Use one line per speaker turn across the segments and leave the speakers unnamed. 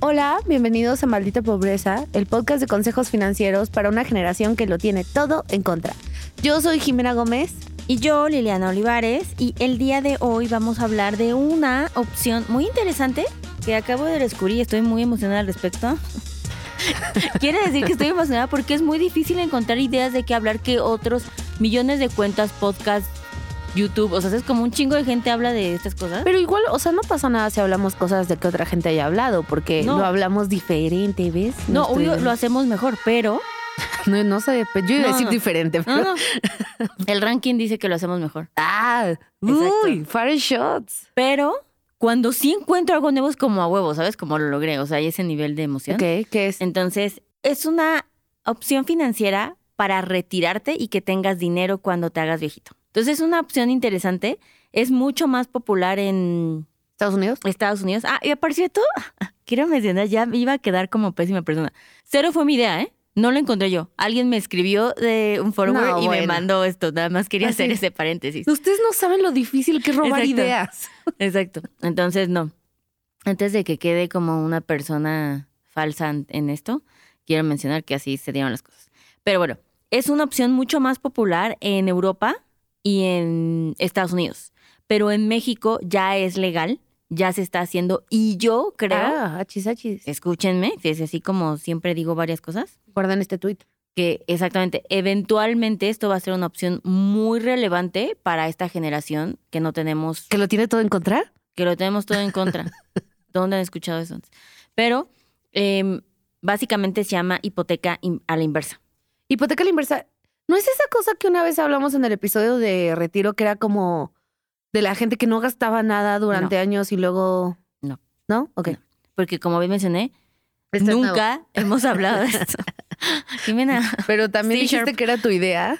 Hola, bienvenidos a Maldita Pobreza, el podcast de consejos financieros para una generación que lo tiene todo en contra. Yo soy Jimena Gómez.
Y yo, Liliana Olivares, y el día de hoy vamos a hablar de una opción muy interesante que acabo de descubrir y estoy muy emocionada al respecto. Quiere decir que estoy emocionada porque es muy difícil encontrar ideas de qué hablar que otros millones de cuentas, podcasts, YouTube, o sea, es como un chingo de gente habla de estas cosas.
Pero igual, o sea, no pasa nada si hablamos cosas de que otra gente haya hablado, porque
No.
lo hablamos diferente, ¿ves?
No,
estoy-
obvio, lo hacemos mejor, pero
No, no sé, pero yo iba a
No,
decir
no.
diferente, pero...
no, no. el ranking dice que lo hacemos mejor.
¡Ah!
Exacto.
¡Uy! ¡Fire shots!
Pero cuando sí encuentro algo nuevo es como a huevo, ¿sabes? Como lo logré, o sea, hay ese nivel de emoción.
Ok, ¿qué es?
Entonces, es una opción financiera para retirarte y que tengas dinero cuando te hagas viejito. Entonces, es una opción interesante. Es mucho más popular en
¿Estados Unidos?
Estados Unidos. Ah, y por cierto, quiero mencionar, ya me iba a quedar como pésima persona. Cero fue mi idea, ¿eh? No lo encontré yo. Alguien me escribió de un forward
No,
y
bueno. Pues
me mandó esto. Nada más quería
Así.
hacer ese paréntesis.
Ustedes no saben lo difícil que es robar
Exacto.
ideas.
Exacto. Entonces, no. Antes de que quede como una persona falsa en- en esto, quiero mencionar que así se dieron las cosas. Pero bueno, es una opción mucho más popular en Europa y en Estados Unidos. Pero en México ya es legal, ya se está haciendo y yo creo,
Ah, achis, achis.
escúchenme, que es así como siempre digo varias cosas,
Guardan este tweet.
que exactamente, eventualmente esto va a ser una opción muy relevante para esta generación que no tenemos
¿Que lo tiene todo en contra?
que lo tenemos todo en contra. ¿Dónde han escuchado eso antes? Pero eh, básicamente se llama hipoteca in- a la inversa.
Hipoteca a la inversa. ¿No es esa cosa que una vez hablamos en el episodio de Retiro que era como de la gente que no gastaba nada durante años y luego.
No.
¿No? Ok.
No. Porque como bien mencioné,
Este es nuevo.
nunca hemos hablado de esto. Jimena,
Pero también
Sí,
dijiste
Sharp.
que era tu idea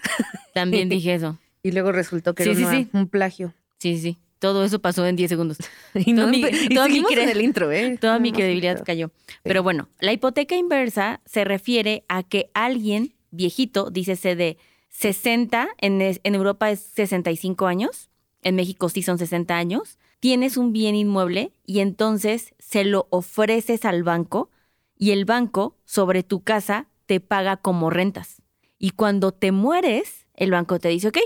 también dije eso.
y luego resultó que
Sí,
era
sí,
una-
sí.
un plagio.
Sí, sí. Todo eso pasó en 10 segundos.
Y, no,
Todo mi-
empe- y
todo mi
seguimos
cre-
en el intro, ¿eh?
Toda
No
mi
hemos
credibilidad
empezado.
cayó. Pero bueno, la hipoteca inversa se refiere a que alguien viejito, dícese de 60, en, es- en Europa es 65 años, en México sí son 60 años, tienes un bien inmueble y entonces se lo ofreces al banco y el banco sobre tu casa te paga como rentas. Y cuando te mueres, el banco te dice, ok,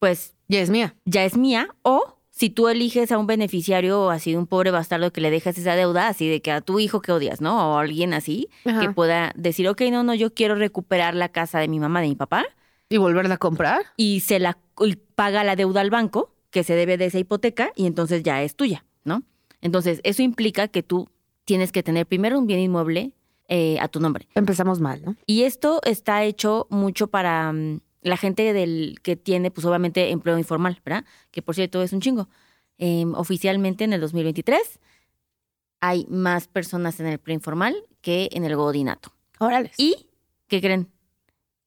pues
Ya es mía.
ya es mía, o si tú eliges a un beneficiario o así un pobre bastardo que le dejas esa deuda, así de que a tu hijo que odias, ¿no? O a alguien así, que
Ajá.
pueda decir, ok, no, no, yo quiero recuperar la casa de mi mamá, de mi papá,
¿Y volverla a comprar?
y se la y paga la deuda al banco, que se debe de esa hipoteca, y entonces ya es tuya, ¿no? Entonces, eso implica que tú tienes que tener primero un bien inmueble eh, a tu nombre.
Empezamos mal, ¿no?
Y esto está hecho mucho para mm, la gente del que tiene, pues obviamente, empleo informal, ¿verdad? Que por cierto es un chingo. Eh, oficialmente en el 2023 hay más personas en el empleo informal que en el godinato.
Órale.
¿Y qué creen?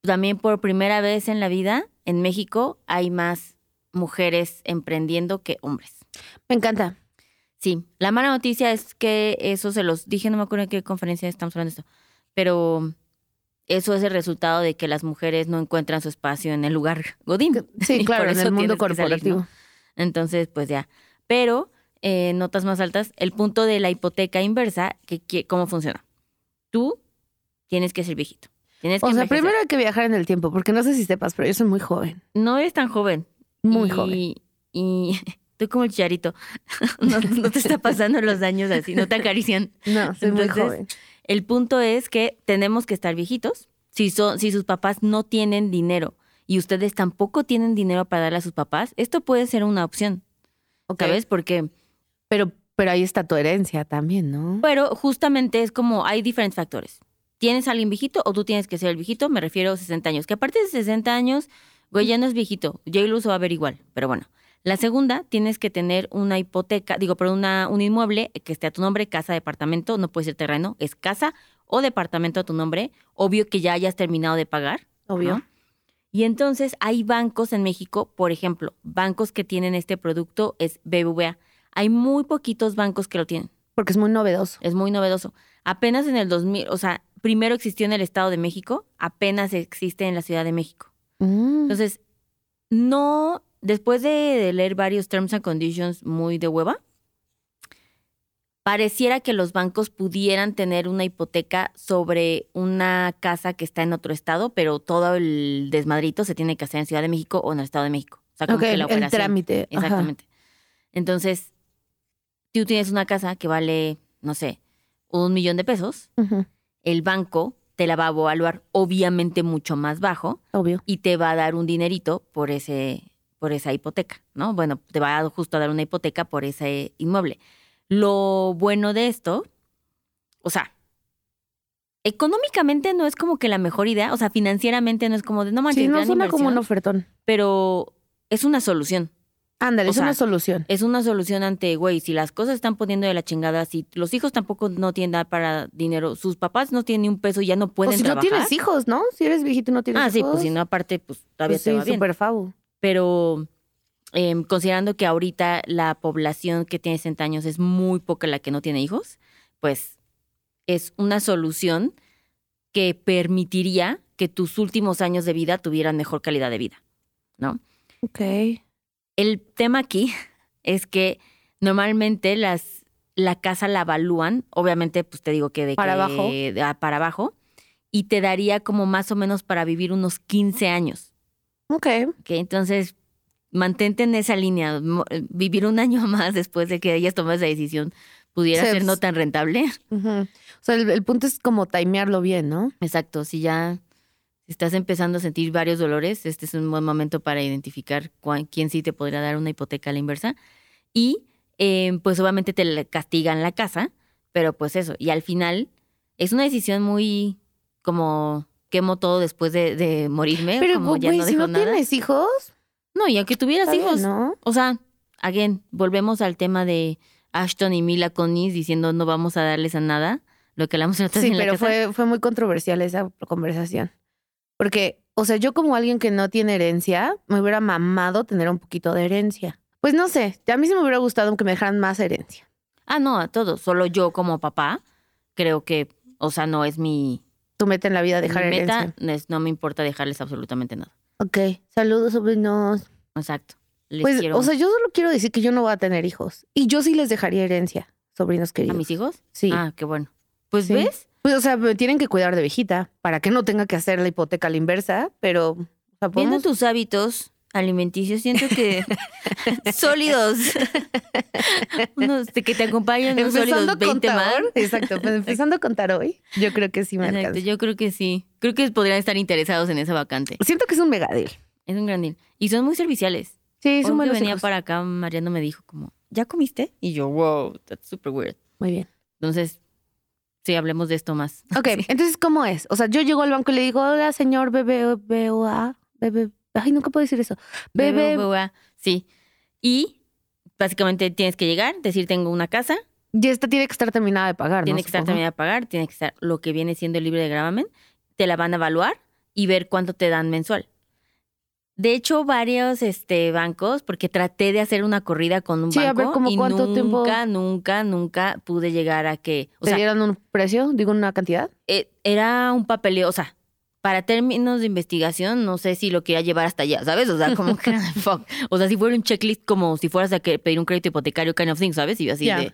También por primera vez en la vida, en México, hay más mujeres emprendiendo que hombres.
Me encanta.
Sí, la mala noticia es que eso se los dije, no me acuerdo en qué conferencia estamos hablando de esto, pero eso es el resultado de que las mujeres no encuentran su espacio en el lugar Godín. Y
Sí,
por
claro, en
eso
el mundo
tienes que salir,
corporativo.
¿no? Entonces, pues ya. Pero, eh, notas más altas, el punto de la hipoteca inversa, que, que- ¿cómo funciona? Tú tienes que ser viejito. Tienes que
O sea,
envejecer.
primero hay que viajar en el tiempo, porque no sé si sepas, pero yo soy muy joven.
No eres tan joven.
Muy
Y-
joven.
Y tú como el chicharito. no, no te está pasando los años así, no te acarician.
No, soy muy
Entonces,
joven.
El punto es que tenemos que estar viejitos. Si, son, si sus papás no tienen dinero y ustedes tampoco tienen dinero para darle a sus papás, esto puede ser una opción,
Ok.
¿sabes? Porque,
Pero, pero ahí está tu herencia también, ¿no?
pero justamente es como hay diferentes factores. ¿Tienes a alguien viejito o tú tienes que ser el viejito? Me refiero a 60 años. Que aparte de 60 años, güey, ya no es viejito. Ya incluso va a ver igual, pero bueno. La segunda, tienes que tener una hipoteca, digo, pero una, un inmueble que esté a tu nombre, casa, departamento, no puede ser terreno, es casa o departamento a tu nombre. Obvio que ya hayas terminado de pagar.
Obvio.
¿no? Y entonces hay bancos en México, por ejemplo, bancos que tienen este producto es BBVA. Hay muy poquitos bancos que lo tienen.
Porque es muy novedoso.
Es muy novedoso. Apenas en el 2000, o sea, primero existió en el Estado de México, apenas existe en la Ciudad de México.
Mm.
Entonces, no, después de, de leer varios terms and conditions muy de hueva, pareciera que los bancos pudieran tener una hipoteca sobre una casa que está en otro estado, pero todo el desmadrito se tiene que hacer en Ciudad de México o en el Estado de México. O sea, como
Ok,
que la
el
operación.
trámite. ajá.
Exactamente. Entonces, tú tienes una casa que vale, no sé, un millón de pesos,
Ujú,
el banco te la va a evaluar obviamente mucho más bajo
Obvio.
y te va a dar un dinerito por ese por esa hipoteca, ¿no? Bueno, te va a justo a dar una hipoteca por ese inmueble. Lo bueno de esto, o sea, económicamente no es como que la mejor idea, o sea, financieramente no es como de no manches,
sí, no
gran
suena como un
inversión,
ofertón.
pero es una solución.
Ándale,
O
es
sea,
una solución.
Es una solución ante, güey, si las cosas están poniendo de la chingada, si los hijos tampoco no tienen nada para dinero, sus papás no tienen ni un peso y ya no
O
pueden
si no
trabajar.
tienes hijos, ¿no? Si eres viejito y no tienes
ah,
hijos.
sí, pues si no, aparte, pues todavía
pues
te
sí,
va bien.
súper favo.
Pero em, considerando que ahorita la población que tiene 60 años es muy poca la que no tiene hijos, pues es una solución que permitiría que tus últimos años de vida tuvieran mejor calidad de vida.
Ok.
El tema aquí es que normalmente las la casa la evalúan, obviamente, pues te digo que de
Para
que-
abajo.
de- ah, para abajo, y te daría como más o menos para vivir unos 15 años.
Ok.
¿ok? Entonces, mantente en esa línea. Mo- eh, Vivir un año más después de que hayas tomado esa decisión pudiera
Se-
ser no tan rentable.
Ujú. O sea, el, el punto es como timearlo bien, ¿no?
Exacto, si ya estás empezando a sentir varios dolores, este es un buen momento para identificar cuán- quién sí te podría dar una hipoteca a la inversa. Y eh, pues obviamente te la- castigan la casa, pero pues eso. Y al final es una decisión muy como quemo todo después de, de morirme.
Pero,
como ya
güey,
no
si no
dejo nada.
tienes hijos,
No, y aunque tuvieras
está bien,
hijos,
¿no?
o sea, again, volvemos al tema de Ashton y Mila Kunis diciendo no vamos a darles a nada lo que hablamos la otra vez
Sí,
en la
pero
casa.
fue, fue muy controversial esa conversación. Porque, o sea, yo como alguien que no tiene herencia, me hubiera mamado tener un poquito de herencia. Pues no sé, a mí sí me hubiera gustado que me dejaran más herencia.
Ah, no, a todos. Solo yo como papá creo que, o sea, no es mi,
Tú mete en la vida dejar
mi meta,
herencia.
no es- no me importa dejarles absolutamente nada.
Ok, saludos, sobrinos.
Exacto. Les
Pues,
quiero
o sea, yo solo quiero decir que yo no voy a tener hijos. Y yo sí les dejaría herencia, sobrinos
a
queridos.
mis hijos.
Sí.
Ah, qué bueno. Pues
Sí.
ves,
Pues, o sea, me tienen que cuidar de viejita para que no tenga que hacer la hipoteca a la inversa, pero o sea,
viendo
podemos-
tus hábitos alimenticios, siento que sólidos. Unos de que te acompañan unos sólidos 20 más.
contar, exacto, pues, empezando a contar hoy, yo creo que sí me
Exacto,
alcanza.
yo creo que sí. Creo que podrían estar interesados en esa vacante.
Siento que es un megadil.
Es un gran deal. Y son muy serviciales.
Sí, es
Hoy
un
que
buen
venía para acá, Mariano me dijo como, ¿ya comiste? Y yo, wow, that's super weird.
Muy bien.
Entonces, sí, hablemos de esto más.
Ok, entonces, ¿cómo es? O sea, yo llego al banco y le digo, hola, señor BBVA, BB... Ay, nunca puedo decir eso.
Bebe,
BB...
beba, Sí. Y básicamente tienes que llegar, decir tengo una casa,
Y esta tiene que estar terminada de pagar, ¿no?
tiene que estar
Supongo.
terminada de pagar, tiene que estar lo que viene siendo el libre de gravamen, te la van a evaluar y ver cuánto te dan mensual. De hecho, varios este, bancos, porque traté de hacer una corrida con un
Sí, a
banco
ver, ¿cómo
y
cuánto
nunca,
tiempo?
nunca, nunca pude llegar a que, o
¿Te
sea,
dieron un precio? Digo, una cantidad.
eh, era un papeleo, o sea, para términos de investigación, no sé si lo quería llevar hasta allá, ¿sabes? O sea, como que, fuck. O sea, si fuera un checklist, como si fueras a que- pedir un crédito hipotecario, kind of thing, ¿sabes? Y yo así
Ya.
de.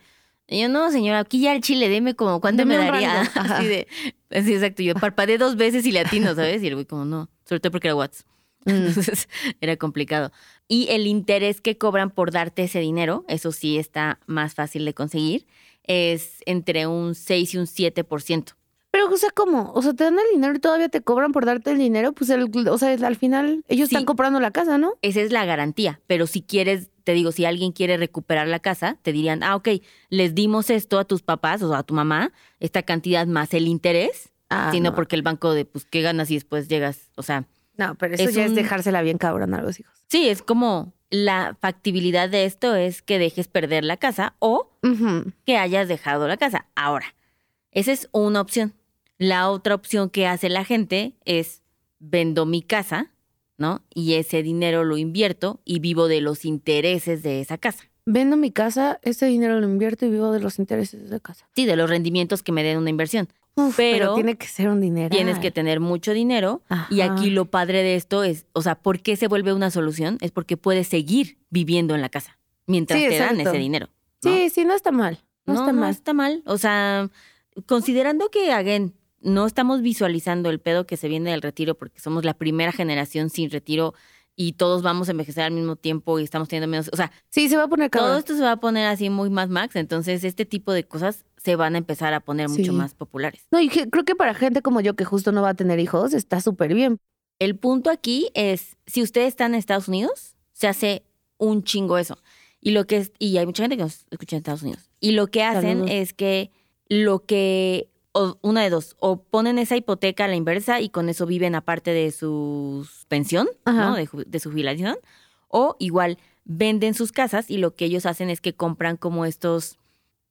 y yo, no, señora, aquí ya el chile, deme como cuánto
Deme
me
un
daría.
rango. Ajá.
Así de. Así, exacto. Yo parpadeé dos veces y le atino, ¿sabes? Y el güey, como no. Sobre todo porque era Watts.
Mm.
Entonces, era complicado. Y el interés que cobran por darte ese dinero, eso sí está más fácil de conseguir, es entre un 6 y un 7%.
Pero, o sea, ¿cómo? O sea, te dan el dinero y todavía te cobran por darte el dinero. Pues, el, o sea, al final ellos
Sí.
están comprando la casa, ¿no?
Esa es la garantía, pero si quieres, te digo, si alguien quiere recuperar la casa, te dirían, ah, ok, les dimos esto a tus papás, o sea, a tu mamá, esta cantidad más el interés,
Ah,
sino porque el banco de, pues, ¿qué ganas y después llegas? O sea,
No, pero eso
Es
ya
un-
es dejársela bien cabrón a los hijos.
sí, es como la factibilidad de esto es que dejes perder la casa o que hayas dejado la casa. Ahora, esa es una opción. La otra opción que hace la gente es vendo mi casa, ¿no? Y ese dinero lo invierto y vivo de los intereses de esa casa.
Vendo mi casa, ese dinero lo invierto y vivo de los intereses de esa casa.
Sí, de los rendimientos que me den una inversión.
Uf, pero,
Pero
tiene que ser un dinero.
Tienes que tener mucho dinero y aquí lo padre de esto es, o sea, ¿por qué se vuelve una solución? Es porque puedes seguir viviendo en la casa mientras
Sí,
te dan
exacto.
ese dinero. ¿no?
Sí, sí, no está mal. No está mal.
está mal. O sea, considerando que, again, no estamos visualizando el pedo que se viene del retiro porque somos la primera generación sin retiro y todos vamos a envejecer al mismo tiempo y estamos teniendo menos. O sea,
Sí, se va a poner
todo
cabrón.
esto se va a poner así muy más max. Entonces, este tipo de cosas se van a empezar a poner
Sí.
mucho más populares.
No, y que- creo que para gente como yo que justo no va a tener hijos, está súper bien.
El punto aquí es, si ustedes están en Estados Unidos, se hace un chingo eso. Y lo que es, y hay mucha gente que nos escucha en Estados Unidos. Y lo que hacen
Saludos.
es que lo que, o una de dos, o ponen esa hipoteca a la inversa y con eso viven aparte de su pensión,
Ajá.
¿no? De, ju- de su jubilación, o igual venden sus casas y lo que ellos hacen es que compran como estos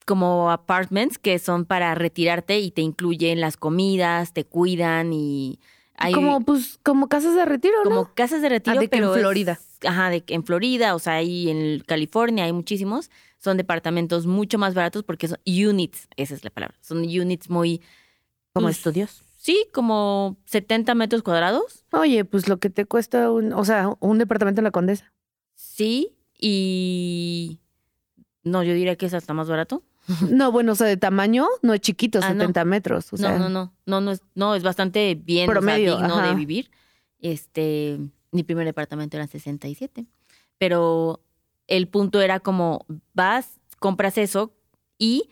como apartments que son para retirarte y te incluyen las comidas, te cuidan y hay
Como, pues, como casas de retiro, ¿no?
como casas de retiro,
Ah, de que en
pero es-
Florida.
ajá, de que en Florida, o sea, ahí en California hay muchísimos. Son departamentos mucho más baratos porque son units, esa es la palabra. Son units muy,
Como
pues,
estudios.
sí, como 70 metros cuadrados,
Oye, pues lo que te cuesta un, o sea, un departamento en la condesa.
sí, y no, yo diría que es hasta más barato.
No, bueno, o sea, de tamaño no es chiquito,
Ah, no.
70 metros. O sea,
no, no, no, no, no es, no, es bastante bien, o sea,
Promedio,
digno
ajá.
de vivir. Este, mi primer departamento era 67, pero el punto era como vas, compras eso y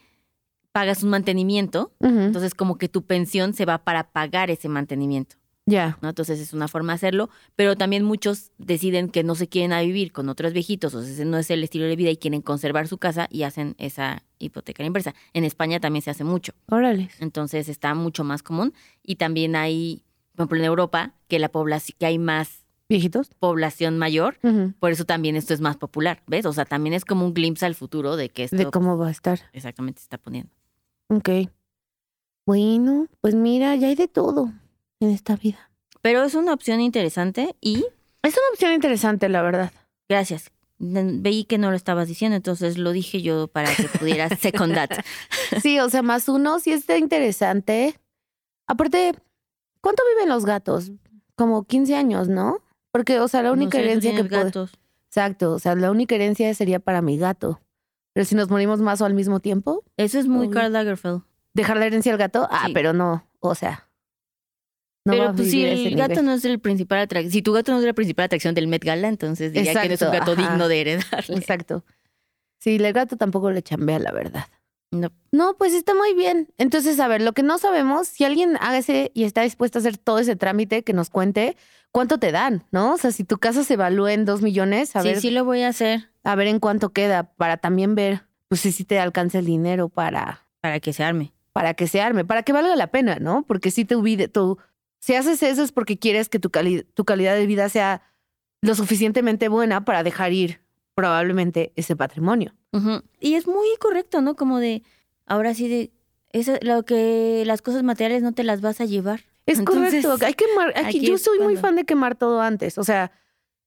pagas un mantenimiento,
Ujú,
entonces como que tu pensión se va para pagar ese mantenimiento,
ya.
¿no? Entonces es una forma de hacerlo, pero también muchos deciden que no se quieren a vivir con otros viejitos, o sea, ese no es el estilo de vida y quieren conservar su casa y hacen esa hipoteca inversa. En España también se hace mucho.
Órale.
Entonces está mucho más común. Y también hay, por ejemplo, en Europa, que la población, que hay más
¿Viejitos?
población mayor,
Ujú,
por eso también esto es más popular, ¿ves? O sea, también es como un glimpse al futuro de que esto
De cómo va a estar.
exactamente se está poniendo.
Ok. Bueno, pues mira, ya hay de todo en esta vida.
Pero es una opción interesante y
Es una opción interesante, la verdad.
gracias. N- Veí que no lo estabas diciendo, entonces lo dije yo para que pudieras second that.
Sí, o sea, más uno sí está interesante. Aparte, ¿cuánto viven los gatos? Como 15 años, ¿no? Porque, o sea, la única
No sé, tú
herencia que
tienes
puedo...
gatos.
Exacto, o sea, la única herencia sería para mi gato. Pero si nos morimos más o al mismo tiempo,
Eso es muy
Uy.
Karl Lagerfeld.
dejar la herencia al gato, ah,
Sí.
pero no, o sea, no va
Pero
a
pues si
vivir a
el
ese
gato
nivel.
no es el principal atracción, si tu gato no es la principal atracción del Met Gala, entonces diría que eres un
Exacto,
gato
ajá.
digno de heredarle.
Exacto. Sí, el gato tampoco le chambea, la verdad.
No.
No, pues está muy bien. Entonces, a ver, lo que no sabemos, si alguien hágase y está dispuesto a hacer todo ese trámite, que nos cuente cuánto te dan, ¿no? O sea, si tu casa se evalúa en dos millones, a,
Sí,
ver,
sí lo voy a hacer.
a ver en cuánto queda, para también ver, pues si sí te alcanza el dinero para,
para que se arme.
para que se arme, para que valga la pena, ¿no? Porque si tu vida, tu, si haces eso es porque quieres que tu, cali- tu calidad de vida sea lo suficientemente buena para dejar ir probablemente ese patrimonio.
Y es muy correcto, ¿no? Como de, ahora sí de, eso, lo que las cosas materiales no te las vas a llevar.
Es
Entonces,
correcto. Hay que quemar. hay que-
aquí
yo
es
soy muy
cuando-
fan de quemar todo antes. O sea,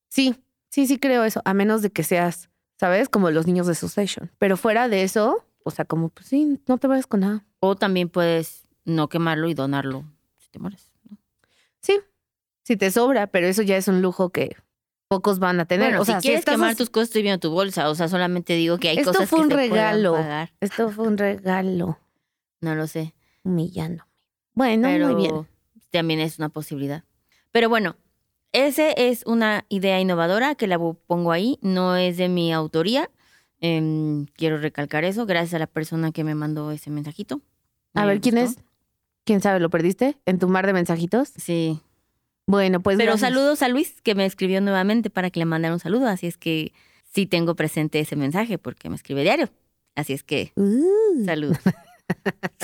sí, sí, sí creo eso. A menos de que seas, ¿sabes? Como los niños de Succession. Pero fuera de eso, o sea, como, pues sí, no te vayas con nada.
O también puedes no quemarlo y donarlo si te mueres. ¿no?
Sí, si te sobra, pero eso ya es un lujo que pocos van a tener.
Bueno,
o sea,
si quieres
estás
quemar
as-
tus cosas, estoy viendo tu bolsa. O sea, solamente digo que hay
Esto
cosas
fue
que
un
se puedan
regalo.
pagar.
Esto fue un regalo
No lo sé.
humillándome. Bueno,
pero
muy bien.
también es una posibilidad. Pero bueno, esa es una idea innovadora que la bu- pongo ahí, no es de mi autoría. Em, quiero recalcar eso, gracias a la persona que me mandó ese mensajito.
A
Me
ver, ¿quién
gustó.
es? ¿Quién sabe? ¿Lo perdiste en tu mar de mensajitos?
Sí.
Bueno, pues
Pero
gracias.
saludos a Luis, que me escribió nuevamente para que le mandara un saludo, así es que sí tengo presente ese mensaje porque me escribe diario. Así es que
Uh.
Salud.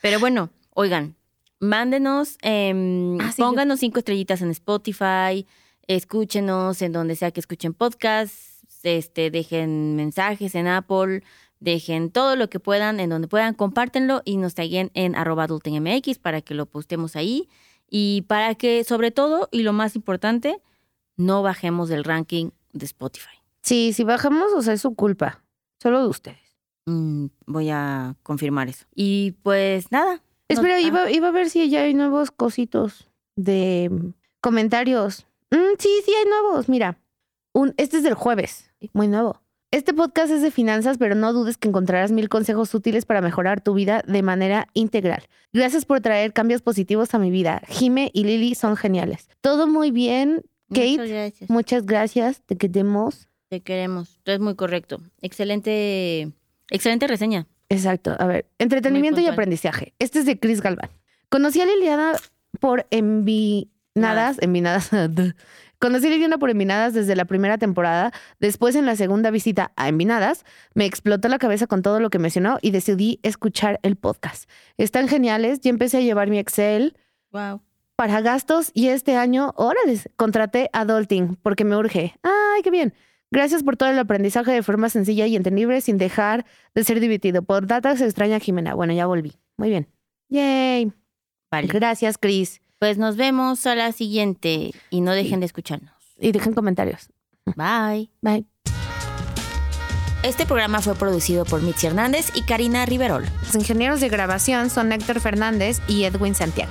Pero bueno, oigan, mándenos, em,
Ah, sí, yo-
pónganos cinco estrellitas en Spotify, escúchenos en donde sea que escuchen podcasts, este, dejen mensajes en Apple, dejen todo lo que puedan, en donde puedan, compártenlo y nos taguen en arroba adultingmx para que lo postemos ahí y para que, sobre todo, y lo más importante, no bajemos del ranking de Spotify.
Sí, si bajamos, o sea, es su culpa. Solo de ustedes.
Mm, voy a confirmar eso. Y pues nada. No-
Espera,
ah,
iba, iba a ver si ya hay nuevos cositos de mm, comentarios. Mm, sí, sí hay nuevos. Mira, un, este es del jueves, muy nuevo. Este podcast es de finanzas, pero no dudes que encontrarás mil consejos útiles para mejorar tu vida de manera integral. Gracias por traer cambios positivos a mi vida. Jime y Lili son geniales. Todo muy bien. Kate,
Muchas gracias.
muchas gracias. Te queremos.
Te queremos. Tú es muy correcto. Excelente, excelente reseña.
Exacto. A ver, entretenimiento y
puntual.
aprendizaje. Este es de Chris Galván. Conocí a Liliana por Envinadas.
Nadas.
Envinadas. Conocí a Liliana por Envinadas desde la primera temporada. Después, en la segunda visita a Envinadas, me explotó la cabeza con todo lo que mencionó y decidí escuchar el podcast. Están geniales. Ya empecé a llevar mi Excel
Wow.
para gastos y este año, órale, contraté Adulting porque me urge. ¡Ay, qué bien! Gracias por todo el aprendizaje de forma sencilla y entendible sin dejar de ser divertido. Por datas extraña Jimena. Bueno, ya volví. Muy bien. Yay.
Vale.
Gracias, Cris.
Pues nos vemos a la siguiente y no dejen de escucharnos.
Y dejen comentarios.
Bye.
Bye.
Este programa fue producido por Mitzi Hernández y Karina Riverol.
Los ingenieros de grabación son Héctor Fernández y Edwin Santiago.